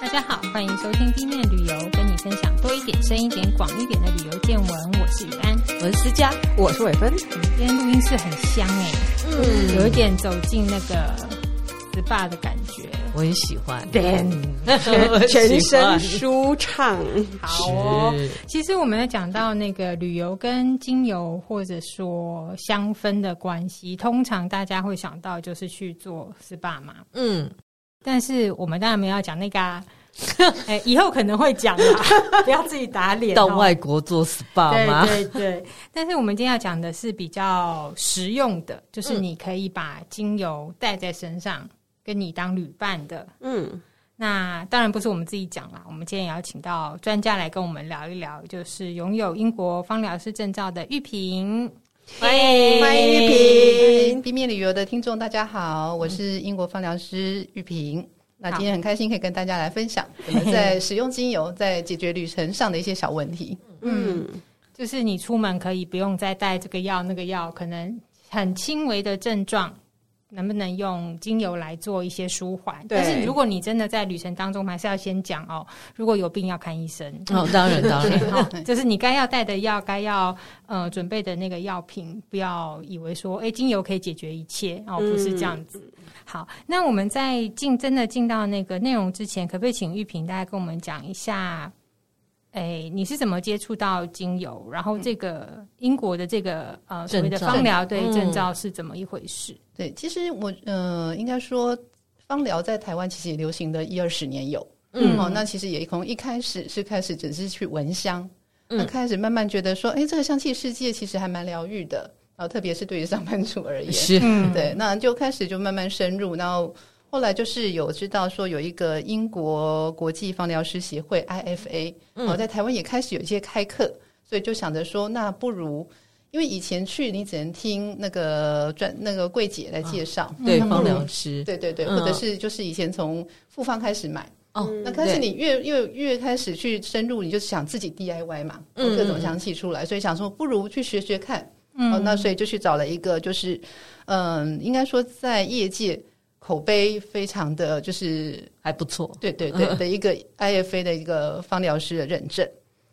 大家好，欢迎收听地面旅游，跟你分享多一点、深一点、广一点的旅游见闻。我是雨安，我是思佳，我是伟芬。今天录音室很香哎、嗯有一点走进那个 SPA 的感觉。我很喜欢， 全全身舒畅。好哦是，其实我们在讲到那个旅游跟精油或者说香氛的关系，通常大家会想到就是去做 SPA 嘛，嗯，但是我们当然没有要讲那个、啊。 哎、以后可能会讲 啦，不要自己打脸、哦。到外国做 SPA 吗？对对对， 但是我们今天要讲的是比较实用的，就是嗯你可以把精油带在身上，跟你当旅伴的。嗯，那当然不是我们自己讲啦，我们今天也要请到专家来跟我们聊一聊，就是拥有英国芳疗师证照的玉萍。欢迎欢迎玉萍。地面旅游的听众，大家好，我是英国芳疗师玉萍。那今天很开心可以跟大家来分享我们在使用精油在解决旅程上的一些小问题。嗯，就是你出门可以不用再带这个药那个药，可能很轻微的症状，能不能用精油来做一些舒缓？对但是如果你真的在旅程当中，还是要先讲哦，如果有病要看医生。哦，当然当然，好，就是你该要带的药，该要呃准备的那个药品，不要以为说，哎、精油可以解决一切哦，不是这样子。好，那我们在进真的进到那个内容之前，可不可以请玉萍大概跟我们讲一下？哎，你是怎么接触到精油？然后这个英国的这个呃所谓的证照芳疗对嗯证照是怎么一回事？对，其实我呃，应该说芳疗在台湾其实也流行的一二十年有。嗯哦，那其实也从一开始是开始只是去闻香，嗯那开始慢慢觉得说，哎，这个香气世界其实还蛮疗愈的，然后特别是对于上班族而言，是嗯， 对，那就开始就慢慢深入，然后后来就是有知道说有一个英国国际芳疗师协会 IFA，然嗯后在台湾也开始有一些开课，所以就想着说，那不如。因为以前去你只能听那个专那个柜姐来介绍，嗯对那不芳如疗师对对对，啊嗯或者是就是以前从复方开始买，哦，嗯那开始对你越越越开始去深入，你就想自己 DIY 嘛，嗯各种香气出来，所以想说不如去学学看。嗯哦，那所以就去找了一个，就是嗯、应该说在业界口碑非常的就是还不错，对对对的一个 IFA 的一个芳疗师的认证。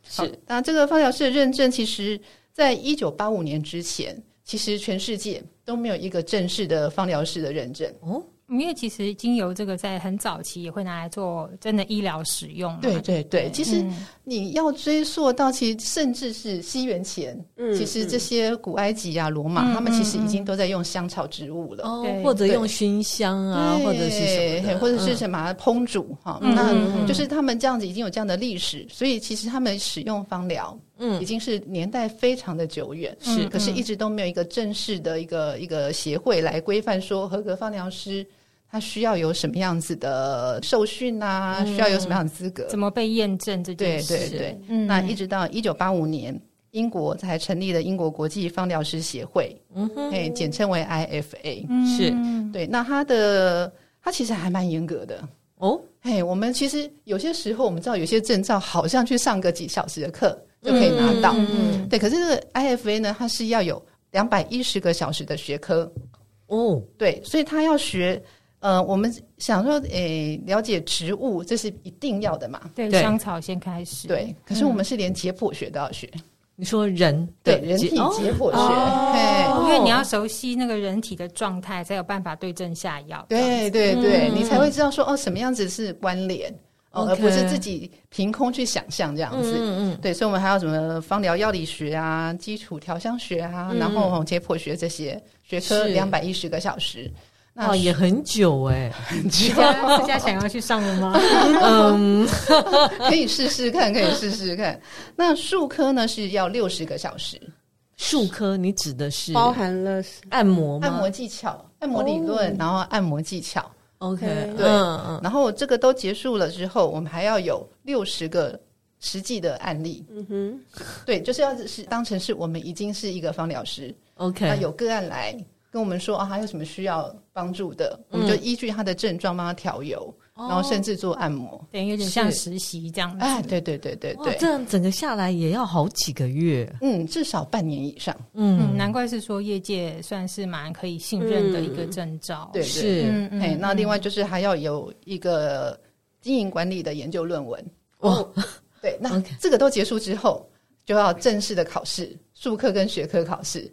好是，那这个芳疗师的认证，其实在一九八五年之前，其实全世界都没有一个正式的芳疗师的认证。哦，因为其实精油这个在很早期也会拿来做真的医疗使用嘛，对对对，其实嗯你要追溯到其实甚至是西元前，嗯其实这些古埃及啊、罗马，嗯他们其实嗯已经都在用香草植物了。哦对，或者用熏香啊，对或者是什么嘿的，或者是嗯什么烹煮哈、嗯嗯那嗯就是他们这样子已经有这样的历史，所以其实他们使用芳疗，嗯已经是年代非常的久远，是嗯可是一直都没有一个正式的一个一个协会来规范说合格芳疗师他需要有什么样子的受训嗯啊，需要有什么样的资格，怎么被验证这件对事？对对，嗯那一直到一九八五年，英国才成立了英国国际芳疗师协会，嗯哼，哎、简称为 IFA。是嗯对，那它的它其实还蛮严格的。哦，哎，我们其实有些时候我们知道，有些证照好像去上个几小时的课就可以拿到，嗯对。可是这个 IFA 呢，它是要有两百一十个小时的学科，哦，对，所以他要学。呃，我们想说，诶、了解植物这是一定要的嘛，对，对香草先开始。对。可是我们是连解剖学都要学，你说人对的人体结哦解剖学，哦嘿因为你要熟悉那个人体的状态，才有办法对症下药。对对对，嗯你才会知道说哦，什么样子是关联，哦， OK 而不是自己凭空去想象这样嗯子。嗯嗯，对，所以我们还有什么芳疗药理学啊、基础调香学啊，嗯然后解剖学这些学科是两百一十个小时，那哇，哦也很久哎，思佳，思佳想要去上了吗？嗯， 可以试试看，可以试试看。那术科呢是要六十个小时，术科你指的是包含了按摩吗？按摩技巧、按摩理哦论，然后按摩技巧， ，OK，对嗯嗯，然后这个都结束了之后，我们还要有六十个实际的案例。嗯哼，对，就是要是当成是我们已经是一个芳疗师，那 OK，啊有个案来跟我们说啊，他有什么需要帮助的，我们就依据他的症状帮他调油，哦然后甚至做按摩。等于有点像实习这样子。哎，对对对对哇，对，这样整个下来也要好几个月，嗯，至少半年以上。嗯，难怪是说业界算是蛮可以信任的一个证照。对是嗯嗯哎，那另外外就是还要有一个经营管理的研究论文。哇，哦对，那这个都结束之后，就要正式的考试，术科跟学科考试。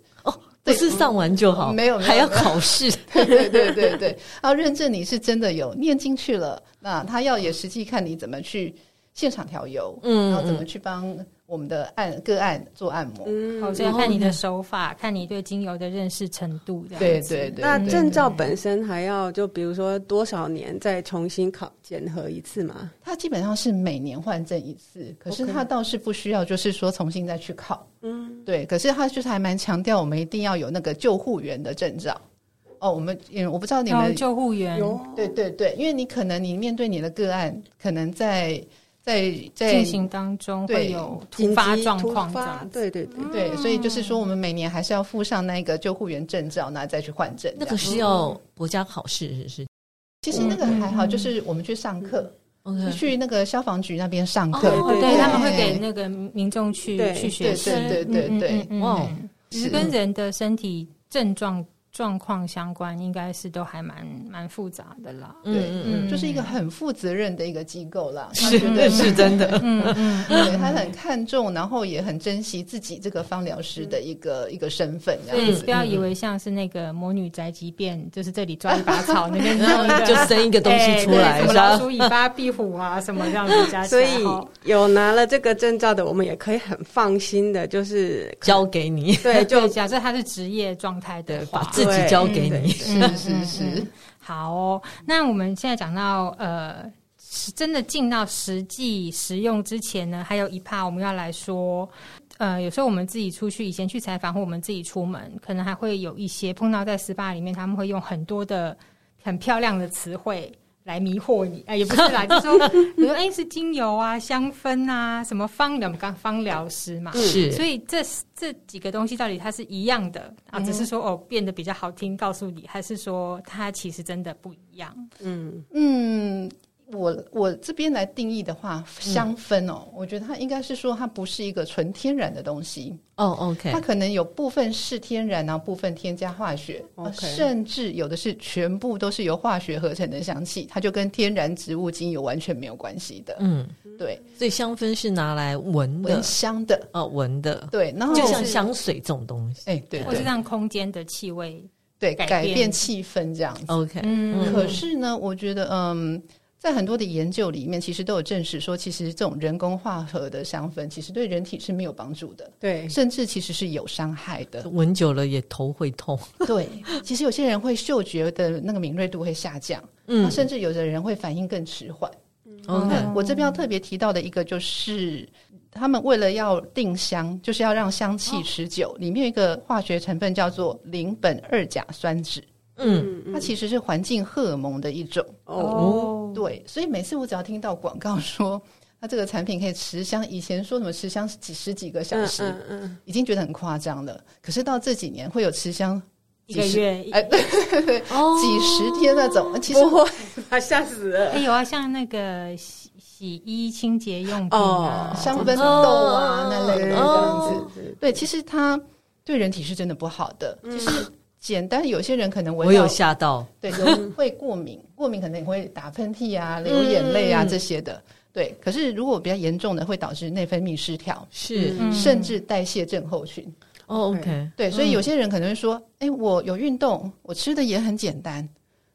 不对是上完就好，没有没有还要考试， 对对对对对，要认证你是真的有念进去了，那他要也实际看你怎么去现场调油，嗯然后怎么去帮我们的案个案做按摩。嗯好，这哦所以看你的手法，看你对精油的认识程度，这样对子对对，那对证照本身还要就比如说多少年再重新考检核一次嘛？它基本上是每年换证一次，可是 OK 它倒是不需要，就是说重新再去考。嗯，对，可是他就是还蛮强调我们一定要有那个救护员的证照。哦，我们嗯，我不知道你然后们、救护员有对对对，因为你可能你面对你的个案，可能在在在进行当中对会有紧突急发状况突这发样子。对对对，对，所以就嗯是说我们每年还是要附上那个救护员证照，那再去换证这样。那个是要嗯国家考试，是不是其实那个嗯还好，就是我们去上课，是？OK，去那个消防局那边上课。哦对对他们会给那个民众去对去对学习。对对对对，嗯哇，只是是跟人的身体症状状况相关，应该是都还蛮蛮复杂的啦。嗯嗯对，就是一个很负责任的一个机构啦。他是觉得是真的， 嗯嗯，对他很看重，然后也很珍惜自己这个芳疗师的一个一个身份，这所样以子不。要以为像是那个魔女宅急便，就是这里抓一把草，那边弄一个就生一个东西出哎来，对什么是老吧？鼠尾巴、壁虎啊，什么这样子加起所来。以哦有拿了这个证照的，我们也可以很放心的，就是交给你，对，就对，假设他是职业状态对的，把话，自己交给你。是是嗯是，好哦，那我们现在讲到呃，是真的进到实际实用之前呢，还有一 part 我们要来说，呃，有时候我们自己出去，以前去采访或我们自己出门，可能还会有一些碰到在 SPA 里面，他们会用很多的很漂亮的词汇。来迷惑你，啊、也不是啦，就是说，比如说，哎、是精油啊、香氛啊、什么芳疗，我们刚芳疗 师嗯嘛，所是，以这这几个东西到底它是一样的啊，只是说哦变得比较好听，告诉你，还是说它其实真的不一样？嗯，嗯，我我这边来定义的话，嗯香氛哦，我觉得它应该是说它不是一个纯天然的东西，哦它，OK，可能有部分是天然，然后部分添加化学，呃 OK 甚至有的是全部都是由化学合成的香气，它就跟天然植物精油完全没有关系的。嗯，对，所以香氛是拿来闻闻的，香的，哦，闻的，对，然后就是像香水这种东西。哎，对或是对让空间的气味，对，改改变变气氛这样子。 OK，嗯可是呢，我觉得，嗯，在很多的研究里面，其实都有证实说，其实这种人工化合的香氛，其实对人体是没有帮助的，对，甚至其实是有伤害的。闻久了也头会痛。对， 其实有些人会嗅觉的那个敏锐度会下降，嗯那甚至有的人会反应更迟缓。嗯，OK，嗯那我这边要特别提到的一个就是。他们为了要定香，就是要让香气持久，里面有一个化学成分叫做邻苯二甲酸酯，嗯，嗯它其实是环境荷尔蒙的一种。哦，对，所以每次我只要听到广告说它这个产品可以持香，以前说什么持香几十几个小嗯时，嗯嗯，已经觉得很夸张了。可是到这几年会有持香一个几十月。哎，对对对，哦 几十天那种。其实不会吧，嗯吓死了哎，。有啊，像那个洗洗衣清洁用品啊，哦香氛豆啊哦那类的这哦样子，对，其实它对人体是真的不好的。嗯其实简单，有些人可能我闻有到吓到，对，有会过敏，过敏可能也会打喷嚏啊、流眼泪啊嗯这些的。对，可是如果比较严重的，会导致内分泌失调。是嗯甚至代谢症候群。哦对，OK，对，所以有些人可能会说：“哎、我有运动，我吃的也很简单，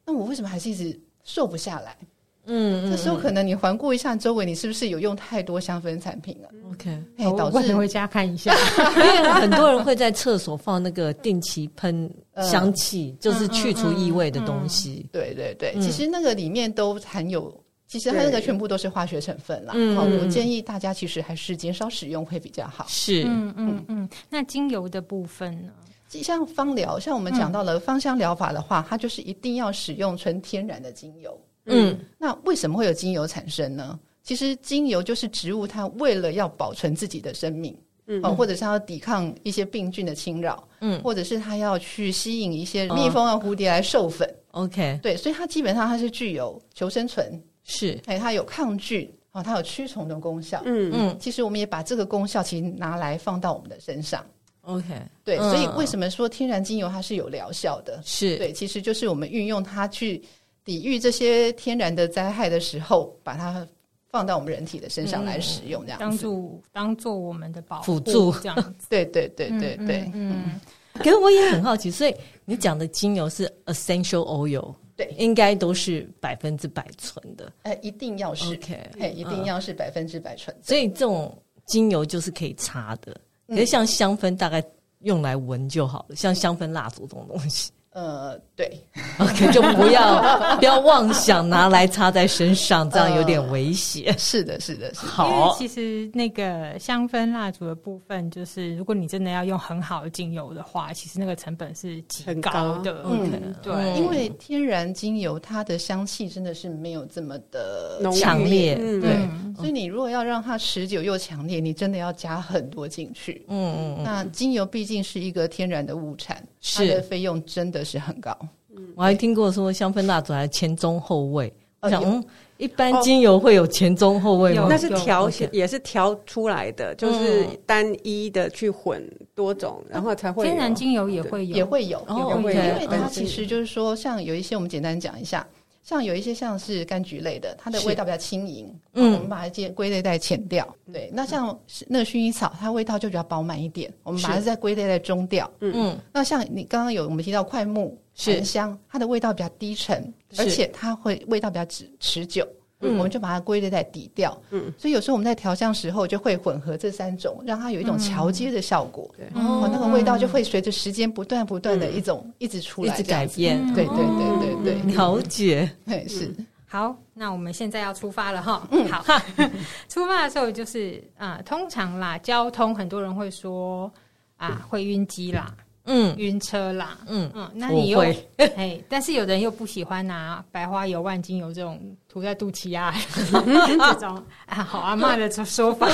那我为什么还是一直瘦不下来？”嗯这时候可能你环顾一下周围，你是不是有用太多香氛产品了？ ，OK，哎、哦我导可能致回家看一下。因为很多人会在厕所放那个定期喷香气，就是去除异味的东西。对对对，嗯其实那个里面都含有。其实它那个全部都是化学成分啦，嗯好，嗯我嗯建议大家其实还是减少使用会比较好。是，嗯嗯嗯，那精油的部分呢？像芳疗，像我们讲到了嗯芳香疗法的话，它就是一定要使用纯天然的精油。嗯，那为什么会有精油产生呢？其实精油就是植物，它为了要保存自己的生命，嗯哦，或者是它要抵抗一些病菌的侵扰，嗯或者是它要去吸引一些哦蜜蜂啊、蝴蝶来授粉， ，OK，对，所以它基本上它是具有求生存，是，哎，它有抗菌，哦，它有驱虫的功效。嗯嗯其实我们也把这个功效其实拿来放到我们的身上， ，OK，对，嗯所以为什么说天然精油它是有疗效的？是，对，其实就是我们运用它去抵御这些天然的灾害的时候，把它放到我们人体的身上嗯来使用，这样当子。做当做我们的保辅护助这样子。对对 对对嗯对，嗯嗯可是我也很好奇，所以你讲的精油是 essential oil，对应该都是百分之百纯的。哎、一定要是 OK，嗯嘿，一定要是百分之百纯所以这种精油就是可以擦的，可嗯是像香氛大概用来闻就好了，像香氛蜡烛这种东西呃，对， ，OK 就不要不要妄想拿来擦在身上，这样有点危险。是的，是的，是的。因为好，其实那个香氛蜡烛的部分，就是如果你真的要用很好的精油的话，其实那个成本是极很高高的。嗯对，因为天然精油它的香气真的是没有这么的浓郁强烈嗯对嗯所以你如果要让它持久又强烈，你真的要加很多进去。嗯嗯那精油毕竟是一个天然的物产，它是的费用真的是很高。嗯，我还听过说香氛蜡烛还前中后味，我想哦呃有哦嗯，一般精油会有前中后味吗有？那是有调 OK 也是调出来的，就是单一的去混多种，然后才会有天然精油也会有，也会有，哦也会有 OK 因为它嗯其实就是说，像有一些我们简单讲一下，像有一些像是柑橘类的，它的是味道比较轻盈，嗯嗯，我们把它介归类在前调。对，那像是那个薰衣草，它味道就比较饱满一点，我们把它是再归类在中调。嗯，那像你刚刚有我们提到快木、是檀香，它的味道比较低沉，是而且它会味道比较持持久。嗯我们就把它归类在底调，嗯所以有时候我们在调香时候就会混合这三种，让它有一种桥接的效果。嗯哦，那个味道就会随着时间不断不断的一种、一直出一来，嗯直改。变，嗯嗯对对对对对，了解。对是好，那我们现在要出发了哈。嗯好， 出发的时候就是啊、通常啦，交通很多人会说啊，会晕机啦，嗯晕车啦。嗯，嗯，那我你又会 哎，但是有的人又不喜欢拿白花油、万金油这种涂在肚脐 啊，这种啊好阿妈的说说法。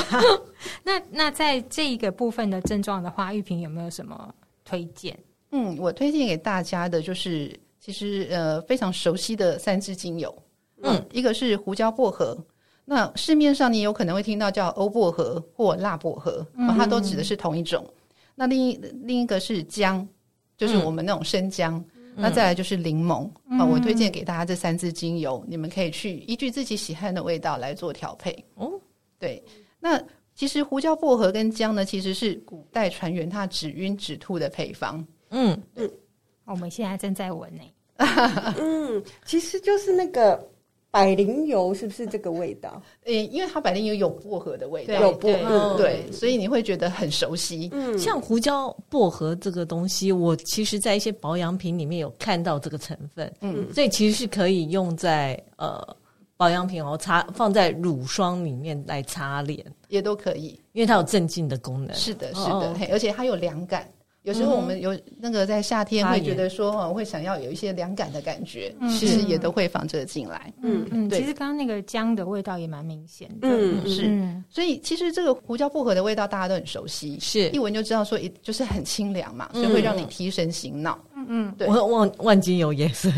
那那在这一个部分的症状的话，玉萍有没有什么推荐？嗯，我推荐给大家的就是，其实呃非常熟悉的三支精油，嗯嗯，一个是胡椒薄荷。那市面上你有可能会听到叫欧薄荷或辣薄荷，哦它都指的是同一种。那另一另一个是姜，就是我们那种生姜。那再来就是柠檬啊、我推荐给大家这三支精油，你们可以去依据自己喜欢的味道来做调配。哦，对，那其实胡椒薄荷跟姜呢，其实是古代船员他止晕止吐的配方。嗯，我们现在正在闻呢、嗯，其实就是那个百灵油，是不是这个味道？呃，因为它百灵油有薄荷的味道，有薄嗯荷，对，所以你会觉得很熟悉。嗯，像胡椒薄荷这个东西，我其实在一些保养品里面有看到这个成分，嗯所以其实是可以用在呃保养品哦，擦放在乳霜里面来擦脸，也都可以。因为它有镇静的功能。是的，哦是的，哦嘿而且它有凉感。有时候我们有那个在夏天嗯发会炎觉得说，哦会想要有一些凉感的感觉，嗯其是实也都会放这个进来。嗯嗯，对其实刚刚那个姜的味道也蛮明显的。嗯是嗯所以其实这个胡椒薄荷的味道大家都很熟悉，是一闻就知道说，一就是很清凉嘛，嗯所以会让你提神醒脑。嗯嗯，对我万万金油也 是，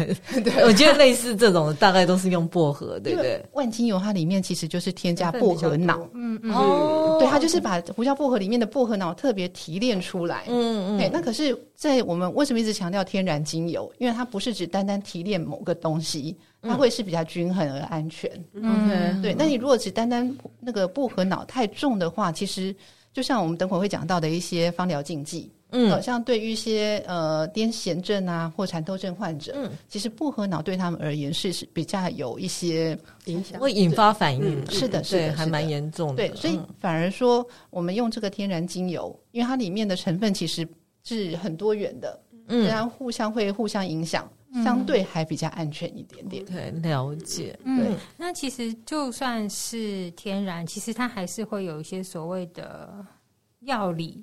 我觉得类似这种的大概都是用薄荷，嗯对因不为对？万金油它里面其实就是添加薄荷脑，嗯嗯哦对，它就是把胡椒薄荷里面的薄荷脑特别提炼出来。嗯对，嗯，那可是，在我们为什么一直强调天然精油？因为它不是只单单提炼某个东西，嗯它会是比较均衡而安全。嗯，对，那你如果只单单那个薄荷脑太重的话，其实就像我们等会会讲到的一些芳疗禁忌，嗯呃像对于一些呃癫痫症啊或蚕豆症患者，嗯其实薄荷脑对他们而言是是比较有一些影响会嗯引发反应，嗯是的，是的，对，还是的蛮严重的。对，所以反而说，我们用这个天然精油，因为它里面的成分其实是很多元的，嗯嗯，然后互相会互相影响，相对还比较安全一点点。对了解，嗯，那其实就算是天然，其实它还是会有一些所谓的药理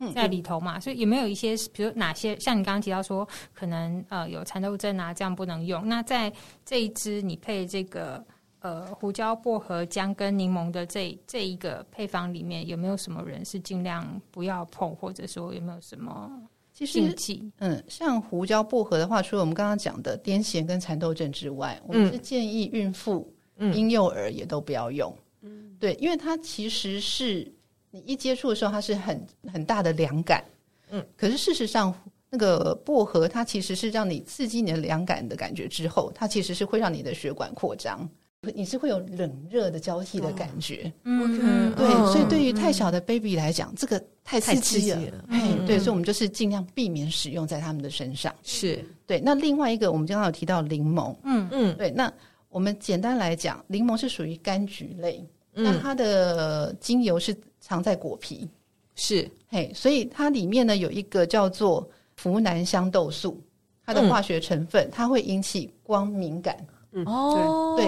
嗯在里头嘛。所以有没有一些，比如哪些，像你刚刚提到说，可能呃有蚕豆症啊，这样不能用。那在这一支你配这个呃胡椒、薄荷、姜跟柠檬的这这一个配方里面，有没有什么人是尽量不要碰，或者说有没有什么其禁实，忌？嗯，像胡椒薄荷的话，除了我们刚刚讲的癫痫跟蚕豆症之外，我们是建议孕妇、嗯婴幼儿也都不要用。嗯，对，因为它其实是你一接触的时候，它是很很大的凉感。嗯，可是事实上，那个薄荷它其实是让你刺激你的凉感的感觉之后，它其实是会让你的血管扩张，你是会有冷热的交替的感觉。嗯对，嗯所以对于太小的 baby 来讲，这个太刺激了。了，嗯哎，对，所以我们就是尽量避免使用在他们的身上。是，对，那另外一个我们刚刚有提到柠檬，嗯嗯对，那我们简单来讲，柠檬是属于柑橘类，那嗯，它的精油是藏在果皮，是，嘿，所以它里面呢有一个叫做呋喃香豆素，它的嗯化学成分，它会引起光敏感。嗯哦，对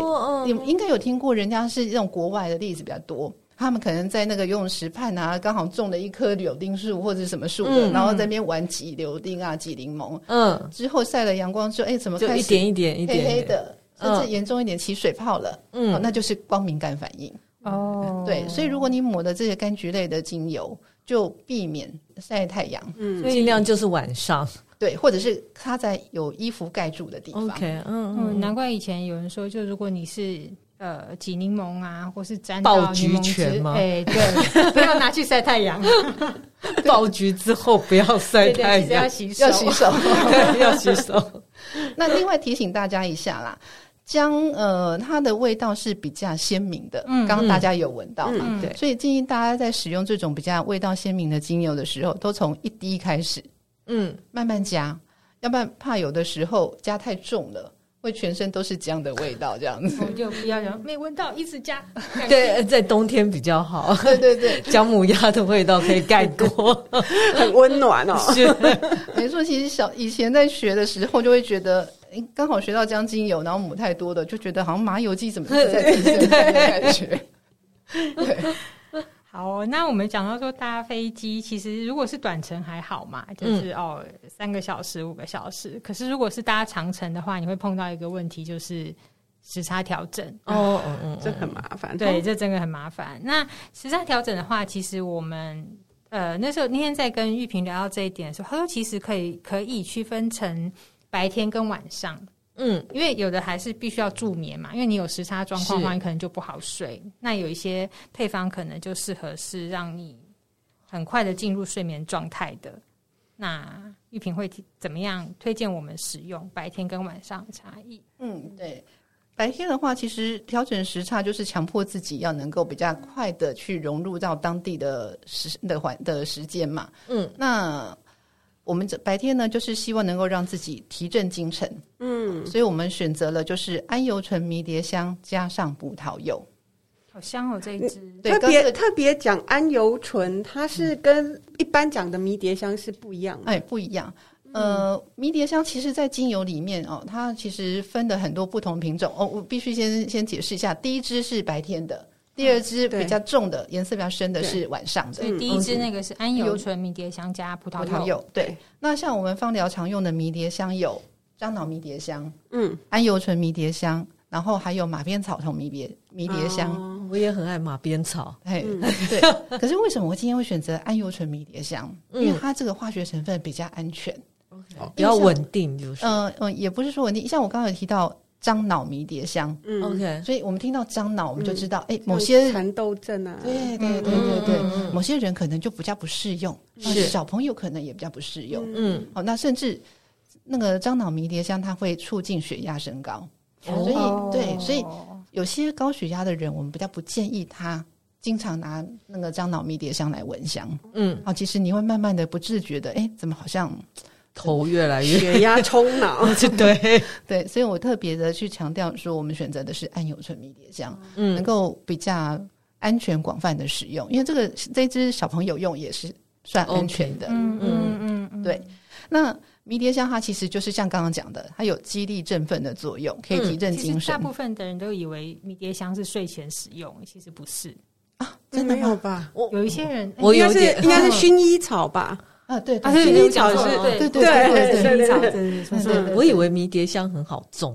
对你们应该有听过，人家是那种国外的例子比较多。他们可能在那个游泳池畔啊，刚好种了一棵柳丁树或者是什么树的，嗯然后在那边玩挤柳丁啊、挤柠檬，嗯，之后晒了阳光之后，哎，怎么就开一始点一点一黑点，黑，的，甚嗯至严重一点起水泡了，哦，嗯，那就是光敏感反应。哦对，所以如果你抹的这些柑橘类的精油，就避免晒太阳，嗯，尽量就是晚上对，或者是擦在有衣服盖住嗯的地方。 ，OK，嗯嗯，嗯，难怪以前有人说，就如果你是呃挤柠檬啊，或是沾爆到柠菊檬汁泉吗哎、对，不 要拿去晒太阳，爆菊之后不要晒对对， 太其实要阳，洗手，要洗手。 对要洗手，那另外提醒大家一下啦，姜呃，它的味道是比较鲜明的，嗯刚刚大家有闻到嘛，嗯对所以建议大家在使用这种比较味道鲜明的精油的时候，都从一滴开始，嗯，慢慢加，要不然怕有的时候加太重了，会全身都是姜的味道这样 子。我们就不要讲没闻到，一直加。对，呃在冬天比较好， 对对对， 姜母鸭的味道可以盖 过，很温暖哦。是，没错，其实小以前在学的时候，就会觉得，诶刚好学到姜精油，然后抹太多的，就觉得好像麻油鸡怎么一直在自己身上 的感觉。对，好哦、那我们讲到说搭飞机，其实如果是短程还好嘛，嗯就是、哦三个小时、五个小时。可是如果是搭长程的话，你会碰到一个问题，就是时差调整。 哦，嗯嗯，这很麻烦。对，，这真的很麻烦。那时差调整的话，其实我们呃那时候那天在跟玉萍聊到这一点的时候，她说其实可以可以区分成白天跟晚上，嗯，因为有的还是必须要助眠嘛，因为你有时差状况的话，是你可能就不好睡。那有一些配方可能就适合是让你很快的进入睡眠状态的。那玉萍会提怎么样推荐我们使用白天跟晚上的差异？嗯，对。白天的话，其实调整时差就是强迫自己要能够比较快的去融入到当地的时的环的时间嘛。嗯，那我们这白天呢，就是希望能够让自己提振精神，嗯，所以我们选择了就是安油醇迷迭香加上葡萄柚。好香哦，这一支。对，特刚别这个特别讲安油醇，它是跟一般讲的迷迭香是不一样的。哎，不一样。呃，迷迭香其实在精油里面哦，它其实分了很多不同品种哦。我必须先先解释一下，第一支是白天的，第二支对比较重的、颜色比较深的对是晚上的所以第一哦支那个是安油醇迷迭香加嗯葡葡萄萄柚，柚。嗯对，那像我们芳疗常用的迷迭香有樟脑迷迭香、嗯，安油醇迷迭香，然后还有马鞭草同迷迭迷迭香。哦嗯我也很爱马鞭草，哎，对。可是为什么我今天会选择安油醇迷迭香？因为嗯它这个化学成分比较安全。比较稳定，就是嗯嗯，也不是说我你像我刚刚有提到樟脑迷迭香，嗯 OK，所以我们听到樟脑，我嗯们就知道，哎、像 某些蚕豆症啊，对对对对对，某些人可能就比较不适用，那嗯是小朋友可能也比较不适用。嗯，好、那甚至那个樟脑迷迭香，它会促进血压升高，所以哦哦对，所以有些高血压的人，我们比较不建议他经常拿那个樟脑迷迭香来闻香。嗯，好、其实你会慢慢的不自觉的，哎、怎么好像头越来越血压冲脑。 对，对，所以我特别的去强调说，我们选择的是安油醇迷迭香，能嗯，够比较安全广泛的使用，因为这个这只小朋友用也是算安全的。嗯嗯嗯嗯，对，那迷迭香它其实就是像刚刚讲的，它有激励振奋的作用，可以提振其精实神大。部分的人都以为迷迭香是睡前使用，其实不是。真的没有吧？有一些人，哎我有应该嗯点是应该是薰衣草吧？啊，对啊，对是对对薰衣草对是对对对对，薰衣草，对对对对对对对对对对。我以为迷迭香很好种，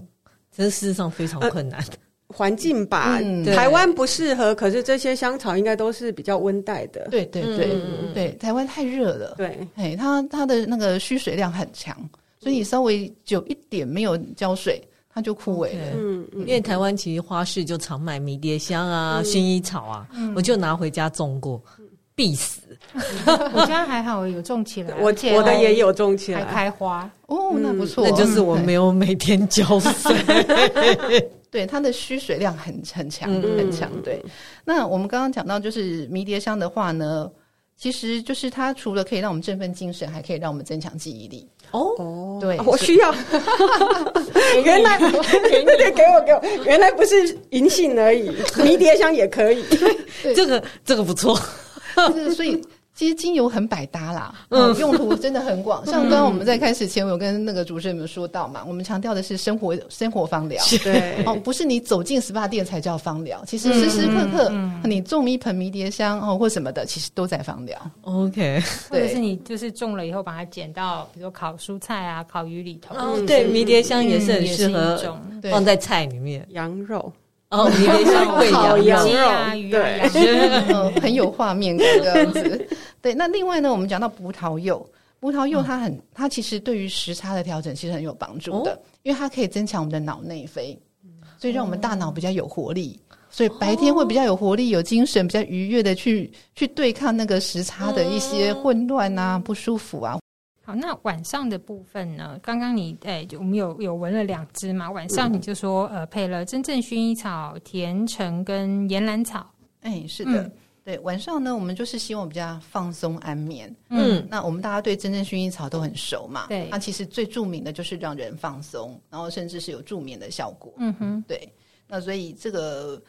但是事实上非呃常困难。环境吧，嗯对台湾不适合，可是这些香草应该都是比较温带的。对对对对嗯嗯嗯对，台湾太热了，对，哎，它它的那个需水量很强，所以你稍微久一点没有浇水，它就枯萎了。嗯因嗯，为台湾其实花嗯市就常买迷迭香啊、薰衣草啊，我就拿回家种过，必死。子，我家还好，有种起来，我而且我的也有种起还来，开花。哦，那不错，那就是我没有每天浇水。对它的需水量很很强，嗯很强。对，那我们刚刚讲到，就是迷迭香的话呢，其实就是它除了可以让我们振奋精神，还可以让我们增强记 忆力。哦，哦对我是需 要。原来 对，给我给我，原来不是银杏而 已，迷迭香也可以。这个这个不错，就是所以。其实精油很百搭啦，嗯，用途真的很 广。像刚刚我嗯们在开始前，我有跟那个主持人们说到嘛，我们强调的是生活生活芳疗，对哦，不是你走进 SPA 店才叫芳疗，其实嗯时时刻刻、你种一盆迷迭香哦或什么的，其实都在芳疗。 OK，或者是对你就是种了以后，把它剪到，比如说烤蔬菜啊、烤鱼里头，哦，对，迷迭香也是很嗯适也是一合种对放在菜里面。羊肉，哦，迷迭 香喂烤羊羊肉，鸡啊、肉鱼啊、对羊肉嗯，很有画面感这样子。 对，那另外呢，我们讲到葡萄柚，葡萄柚它很，它其实对于时差的调整其实很有帮助的，因为它可以增强我们的脑内啡，所以让我们大脑比较有活力。所以白天会比较有活力、有精神、比较愉悦的去去对抗那个时差的一些混乱啊、不舒服啊。好，那晚上的部分呢？刚刚你哎，就我们有有闻了两支嘛，晚上嗯你就说、呃，配了真正薰衣草、甜橙跟岩兰草，哎，是的，嗯对。晚上呢，我们就是希望比较放松安眠。嗯，那我们大家对真正薰衣草都很熟嘛，对它其实最著名的就是让人放松，然后甚至是有助眠的效果，嗯哼，对。那所以这个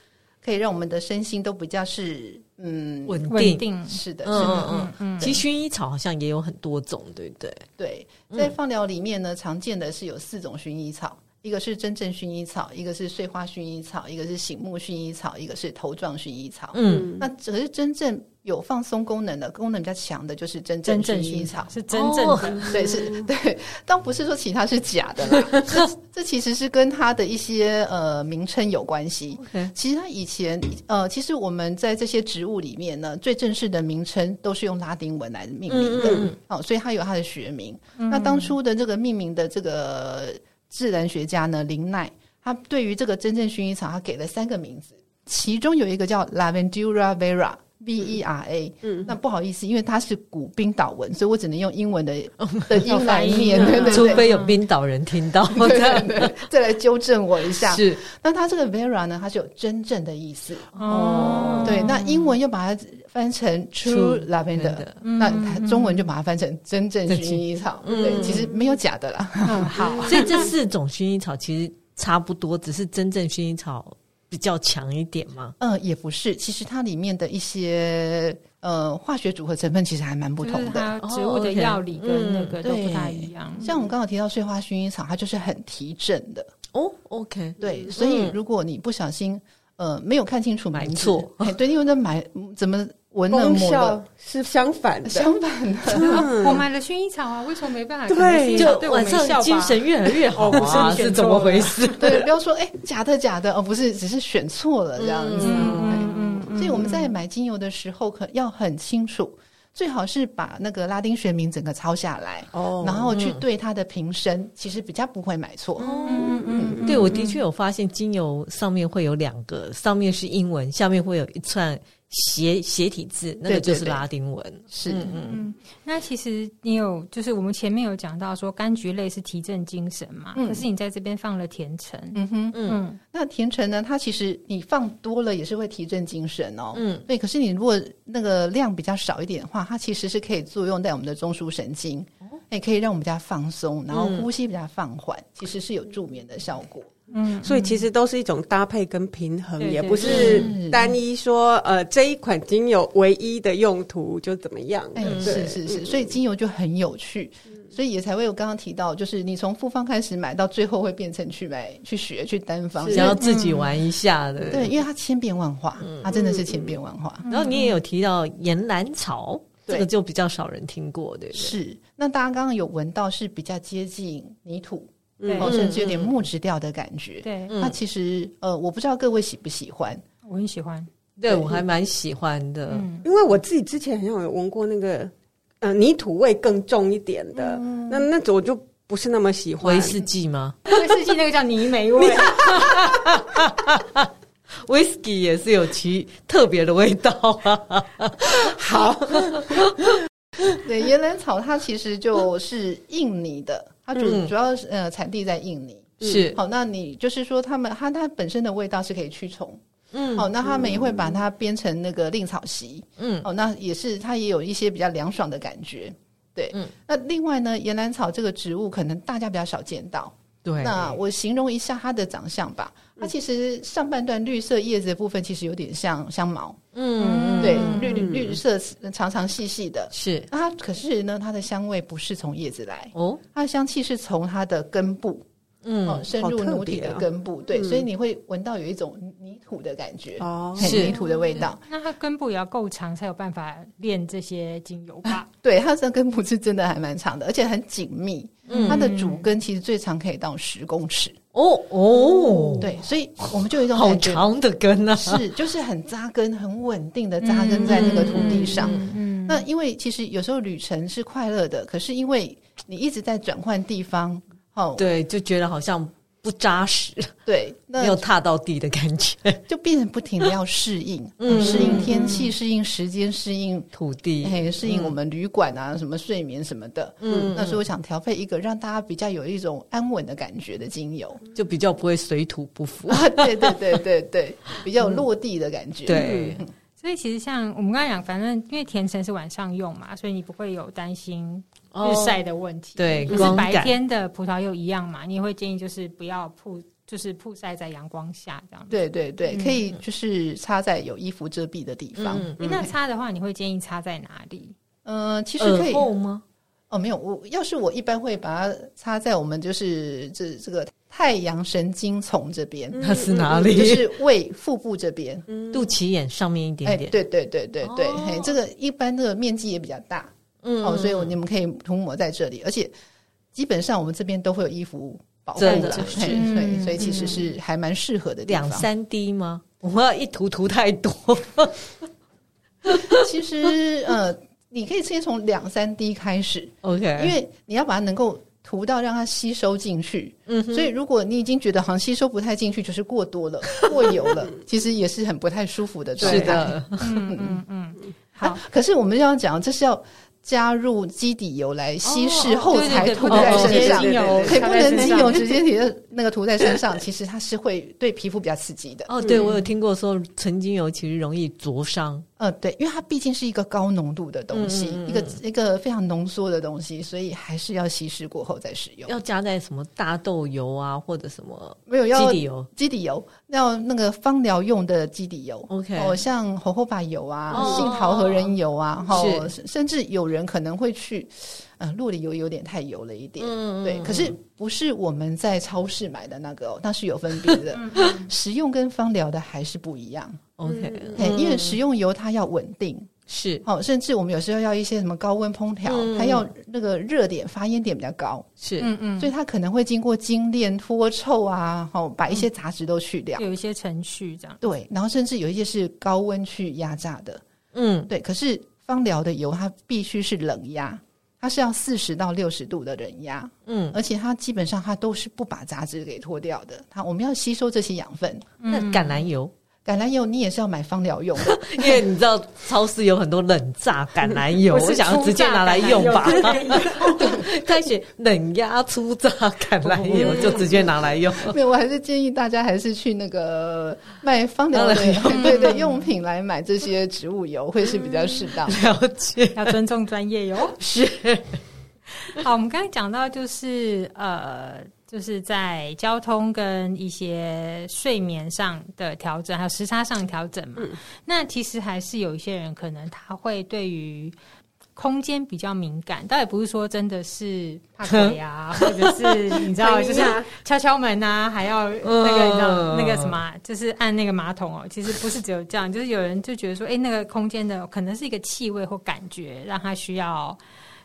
可以让我们的身心都比较是，嗯，稳稳定。定，是的，是嗯的，嗯嗯嗯其实薰衣草好像也有很多种，对不对？对。在放疗里面呢，常见的是有四种薰衣草，一个是真正薰衣草，一个是碎花薰衣草，一个是醒目薰衣草，一个是头状薰衣草。嗯，那只是真正有放松功能的，功能比较强的就是真正真薰正衣薰草哦草。是真正哦的，对，是对，倒不是说其他是假的啦，这这其实是跟它的一些呃名称有关系。 OK 其实它以前呃，其实我们在这些植物里面呢，最正式的名称都是用拉丁文来命名的，哦，所以它有它的学名。嗯那当初的这个命名的这个自然学家呢，林奈，他对于这个真正薰衣草，他给了三个名字，其中有一个叫 Lavandula vera。V E R A，嗯，那不好意思，因为它是古冰岛文，所以我只能用英文的 的音来念， 对对除对，非有冰岛人听到， 对对对，再来纠正我一下。是那它这个 Vera 呢，它是有真正的意思，哦，对。那英文又把它翻成 True True Lavender， lavender 那嗯它中文就把它翻成真正真嗯薰正衣草。对，其实没有假的啦。嗯，好， 所以这四种薰衣草其实差不多，只是真正薰衣草比较强一点嘛。嗯，也不是，其实它里面的一些呃化学组合成分其实还蛮不就同是的。哦嗯它植物的药理跟那个都不太一样，像我们刚刚提到碎花薰衣草，它就是很提振的，哦，OK，嗯对，所以如果你不小心呃没有看清楚名字买错，哎，对，因为那买嗯怎么闻了功抹效了，是相反的，相反的， 哦我买了薰衣草啊，为什么没办法？对可能薰衣草就对我晚没效上吧精神越来越好哦不是啊，你选是怎么回事？对，不要说哎假的假的，哦不是，只是选错了这样子，哎嗯嗯对，所以我们在买精油的时候可要很清楚。最好是把那个拉丁学名整个抄下来，哦然后去对它的瓶身，其实比较不会买错。嗯嗯 对，我的确有发现，精油上面会有两个，上面是英文，下面会有一串斜斜体字，那个对就对是对拉丁文。是，嗯，那其实你有，就是我们前面有讲到说柑橘类是提振精神嘛，嗯可是你在这边放了甜橙，嗯哼，嗯，那甜橙呢？它其实你放多了也是会提振精神哦。嗯，对。可是你如果那个量比较少一点的话，它其实是可以作用在我们的中枢神经，也可以让我们比较放松，然后呼吸比较放缓，其实是有助眠的效果。嗯所以其实都是一种搭配跟平衡，对也对不是单一说呃这一款精油唯一的用途就怎么样。哎、对嗯是是是，所以精油就很有趣，所以也才会有刚刚提到，就是你从复方开始买，到最后会变成去买、去学、去单方，想要自己玩一下的。嗯对，因为它千变万化，它真的是千变万化。嗯然后你也有提到岩兰草，对这个就比较少人听过，对不对？是，那大家刚刚有闻到是比较接近泥土，对哦，甚至有点木质调的感觉。嗯对，那其实呃，我不知道各位喜不喜欢，我很喜欢，对我还蛮喜欢的。 嗯，因为我自己之前好像有闻过那个，呃，泥土味更重一点的，嗯那那种我就不是那么喜欢威。士忌吗？威士忌那个叫泥煤味， whisky 也是有其特别的味道啊。好， 对，岩兰草它其实就是印尼的，它主、主要是呃产地在印尼。是，好，那你就是说它们它它本身的味道是可以驱虫。嗯好，那他们也会把它编成那个令草席，嗯，哦，那也是它也有一些比较凉爽的感觉，对，嗯那另外呢，岩兰草这个植物可能大家比较少见到，对，那我形容一下它的长相吧，嗯它其实上半段绿色叶子的部分其实有点像香茅，嗯，对，绿绿绿色长长细细的，是那它可是呢，它的香味不是从叶子来，哦，它的香气是从它的根部，哦，嗯，深好入特奴体别的哦根部，对，所以你会闻到有一种泥土的感觉，哦，很是泥土的味道。 那它根部也要够长才有办法练这些精油吧？对，它的根部是真的还蛮长的，而且很紧密。嗯它的主根其实最长可以到十公尺。哦哦，，对，所以我们就有一种好感觉，长的根啊， 是就是很扎根、很稳定的扎根在那个土地上。嗯，那因为其实有时候旅程是快乐的，可是因为你一直在转换地方，哦，对，就觉得好像不扎实，对，没 那有踏到地的感觉，就变成不停的要适应，嗯适应天气，适应时间，适应土地， 嘿，适应我们旅馆啊，什么睡眠什么的。嗯嗯，那所以我想调配一个让大家比较有一种安稳的感觉的精油。 就比较不会水土不服，啊，对对对对对，比较有落地的感觉。嗯对，嗯所以其实像我们刚才讲，反正因为甜橙是晚上用嘛，所以你不会有担心日晒的问题。哦对可光是白感天的葡萄柚一样嘛，你也会建议就是不要曝，就是曝晒在阳光下这样子。对对对，可以就是插在有衣服遮蔽的地方。嗯诶那擦的话，你会建议擦在哪里？嗯，其实可耳以呃后吗？哦，没有，我要是我一般会把它插在我们就是这这个太阳神经丛这边，那 是哪里？嗯就是胃腹部这边。肚脐眼上面一哎，点点，对对对对对，哦嘿，这个一般这个面积也比较大。嗯哦，所以我你们可以涂抹在这里，而且基本上我们这边都会有衣服保护真了，的嘿是所以嗯所以其实是还蛮适合的地两方。三滴吗？ 我要一涂涂太 多， 其实呃，你可以先从两三滴开始， OK，因为你要把它能够涂到让它吸收进去。嗯所以如果你已经觉得好像吸收不太进去，就是过多了、过油 了，其实也是很不太舒服的状态。 是的，嗯嗯嗯，好啊，，可是我们要讲，这是要加入基底油来稀释哦后对对才对涂不能在直接身上，精油可以擦不在能身精上油直接你的那个涂在身上，其实它是会对皮肤比较刺激的。哦，对我有听过说曾经油其实容易灼伤，嗯，对，因为它毕竟是一个高浓度的东西，嗯嗯嗯一个一个非常浓缩的东西，所以还是要稀释过后再使用。要加在什么大豆油啊或者什么没有要基底油，基底油，要那个芳疗用的基底油。 OK 哦，像猴猴把油啊、哦杏桃核仁油啊，哈、是甚甚至有人可能会去，嗯、洛里油有点太油了一点，嗯嗯对。嗯可是不是我们在超市买的那个哦，那是有分别的，嗯 食用跟芳疗的还是不一样。 OK，哎、因为食用油它要稳定，是好、甚至我们有时候要一些什么高温烹调，嗯它要那个热点发烟点比较高，是，嗯嗯，所以它可能会经过精炼、脱臭啊，好、把一些杂质都去掉。有一些程序这样。对，然后甚至有一些是高温去压榨的，嗯对。可是芳疗的油它必须是冷压，它是要四十到六十度的冷压，嗯，而且它基本上它都是不把杂质给脱掉的，它我们要吸收这些养分。那橄榄油，橄榄油你也是要买芳疗用 的，因为你知道超市有很多冷榨橄榄油，不是我想要直接拿来用吧粗榨， 开始冷压粗榨橄榄油哦就直接拿来用， 没有，我还是建议大家还是去那个卖芳 疗的，嗯对对，用品来买这些植物油会是比较适当。了解，要尊重专业哟。是。好，我们刚刚讲到就是呃，就是在交通跟一些睡眠上的调整，还有时差上的调整嘛。那其实还是有一些人可能他会对于。空间比较敏感，倒也不是说真的是怕鬼啊，或者是你知道，哎呀就是敲敲门啊，还要那个你知道那个什么啊，就是按那个马桶哦。其实不是只有这样，就是有人就觉得说，哎、那个空间的可能是一个气味或感觉，让它需要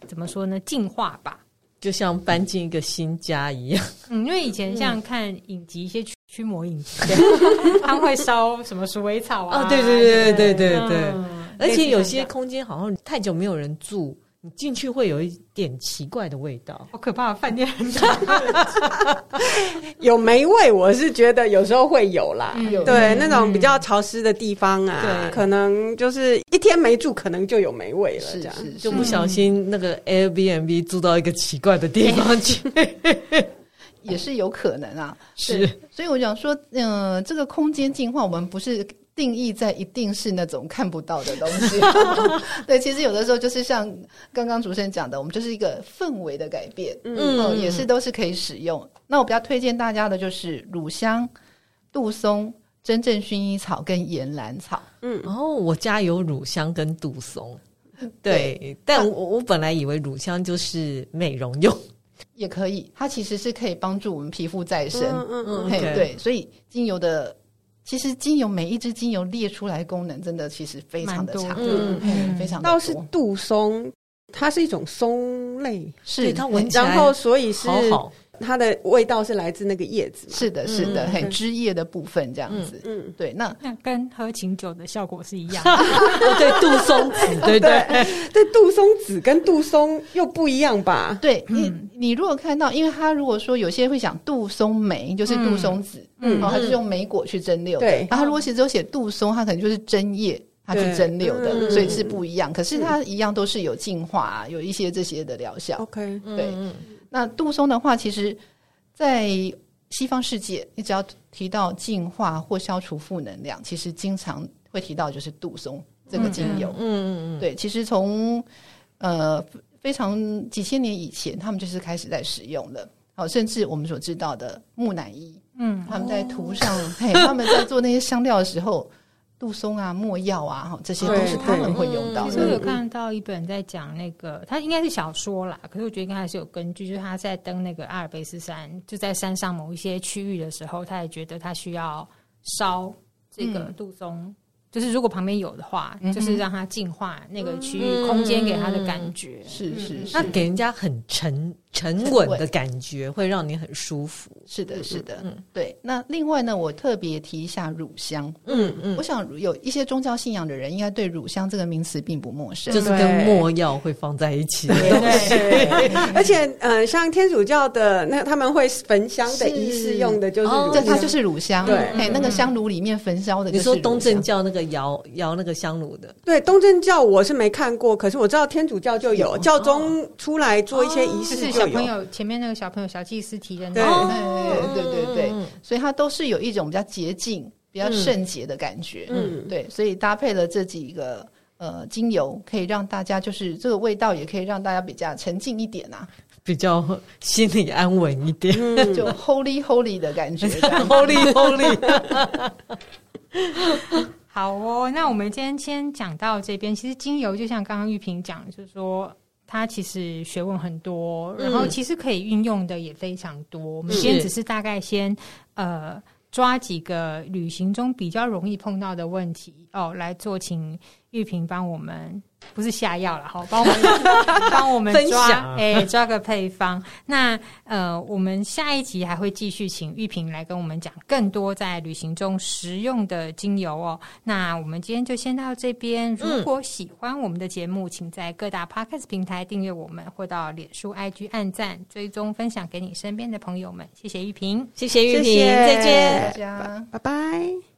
怎么说呢？净化吧。就像搬进一个新家一样，嗯，因为以前像看影集一些驱驱魔影集， 他们会烧什么鼠尾草啊？哦对对对对对对对嗯而且有类似像这些样空间好像太久没有人住，你进去会有一点奇怪的味道。好可怕，饭店很有霉味，我是觉得有时候会有啦。嗯嗯对，那种比较潮湿的地方啊，对可能就是一天没住，可能就有霉味了。这是样是，就是不小心那个 Airbnb 住到一个奇怪的地方去，也是有可能啊。是对，所以我想说，嗯、这个空间净化，我们不是定义在一定是那种看不到的东西。对，其实有的时候就是像刚刚主持人讲的，我们就是一个氛围的改变，嗯、也是都是可以使用。那我比较推荐大家的就是乳香、杜松、真正薰衣草跟岩兰草。嗯然后我家有乳香跟杜松，对，但我我本来以为乳香就是美容用，也可以，它其实是可以帮助我们皮肤再生。嗯嗯嗯，嘿 OK 对，所以精油的其实精油每一支精油列出来功能真的其实非常的蛮长，多的嗯嗯，非常的倒是多杜松，它是一种松类，是对它闻嘿起来然后所以是好好，它的味道是来自那个叶子嘛。是的，是的，嗯嘿，嗯枝叶的部分这样子，嗯，对，那那跟喝琴酒的效果是一样。对杜松子，对不对，这杜松子跟杜松又不一样吧？对你，嗯你如果看到，因为它如果说有些会想杜松梅，就是杜松子，嗯嗯，哦，它是嗯用梅果去蒸馏的，对然后它如果写只有写杜松，它可能就是针叶。它去对蒸馏嗯的，所以是不一样。可是它一样都是有净化啊，有一些这些的疗效。 ，OK，对嗯那杜松的话，其实，在西方世界，你只要提到净化或消除负能量，其实经常会提到就是杜松这个精油。嗯嗯对，其实从呃非常几千年以前，他们就是开始在使用了。好，甚至我们所知道的木乃伊，嗯，他们在涂上，哦 嘿，他们在做那些香料的时候，杜松啊、没药啊，哈，这些都是他们会用到其嗯的。实我有看到一本在讲那个，它应该是小说啦，可是我觉得应该还是有根据，就是他在登那个阿尔卑斯山，就在山上某一些区域的时候，他也觉得他需要烧这个嗯杜松。就是如果旁边有的话，嗯哼就是让它净化那个区域、嗯空间给它的感觉。是是是那给人家很沉沉稳的感觉，会让你很舒服。是的，是的，嗯对。那另外呢，我特别提一下乳香。嗯嗯我，想有一些宗教信仰的人，应该对乳香这个名词并不陌生。就是跟墨药会放在一起。对，而且呃，像天主教的那他们会焚香的仪式用的就是哦乳这香它就是乳香，对哎，那个香炉里面焚烧的就嗯你是乳说香。东正教那个摇摇那个香炉的，对东正教我是没看过，可是我知道天主教就有有教宗出来做一些仪哦就式是就小有朋，友前面那个小朋友小祭司提的那对个，哎对对对，嗯所以它都是有一种比较洁净、比较圣洁的感觉。嗯对，所以搭配了这几个呃精油，可以让大家就是这个味道，也可以让大家比较沉静一点啊，比较心里安稳一点。嗯就 holy holy 的感觉。这 样 Holy Holy，好哦，那我们今天先讲到这边。其实精油就像刚刚玉萍讲，就是说它其实学问很多，然嗯后其实可以运用的也非常多。我们今天只是大概先呃抓几个旅行中比较容易碰到的问题哦来做，请玉萍帮我们。不是下药了，好，帮我 们帮我们分抓，享哎、抓个配方。那呃，我们下一集还会继续请玉萍来跟我们讲更多在旅行中实用的精油哦。那我们今天就先到这边。如果喜欢我们的节目，请在各大 podcast 平台订阅我们，或到脸书、IG 按赞、追踪、分享给你身边的朋友们。谢谢玉萍。谢谢玉谢谢萍，再见。大家。拜拜。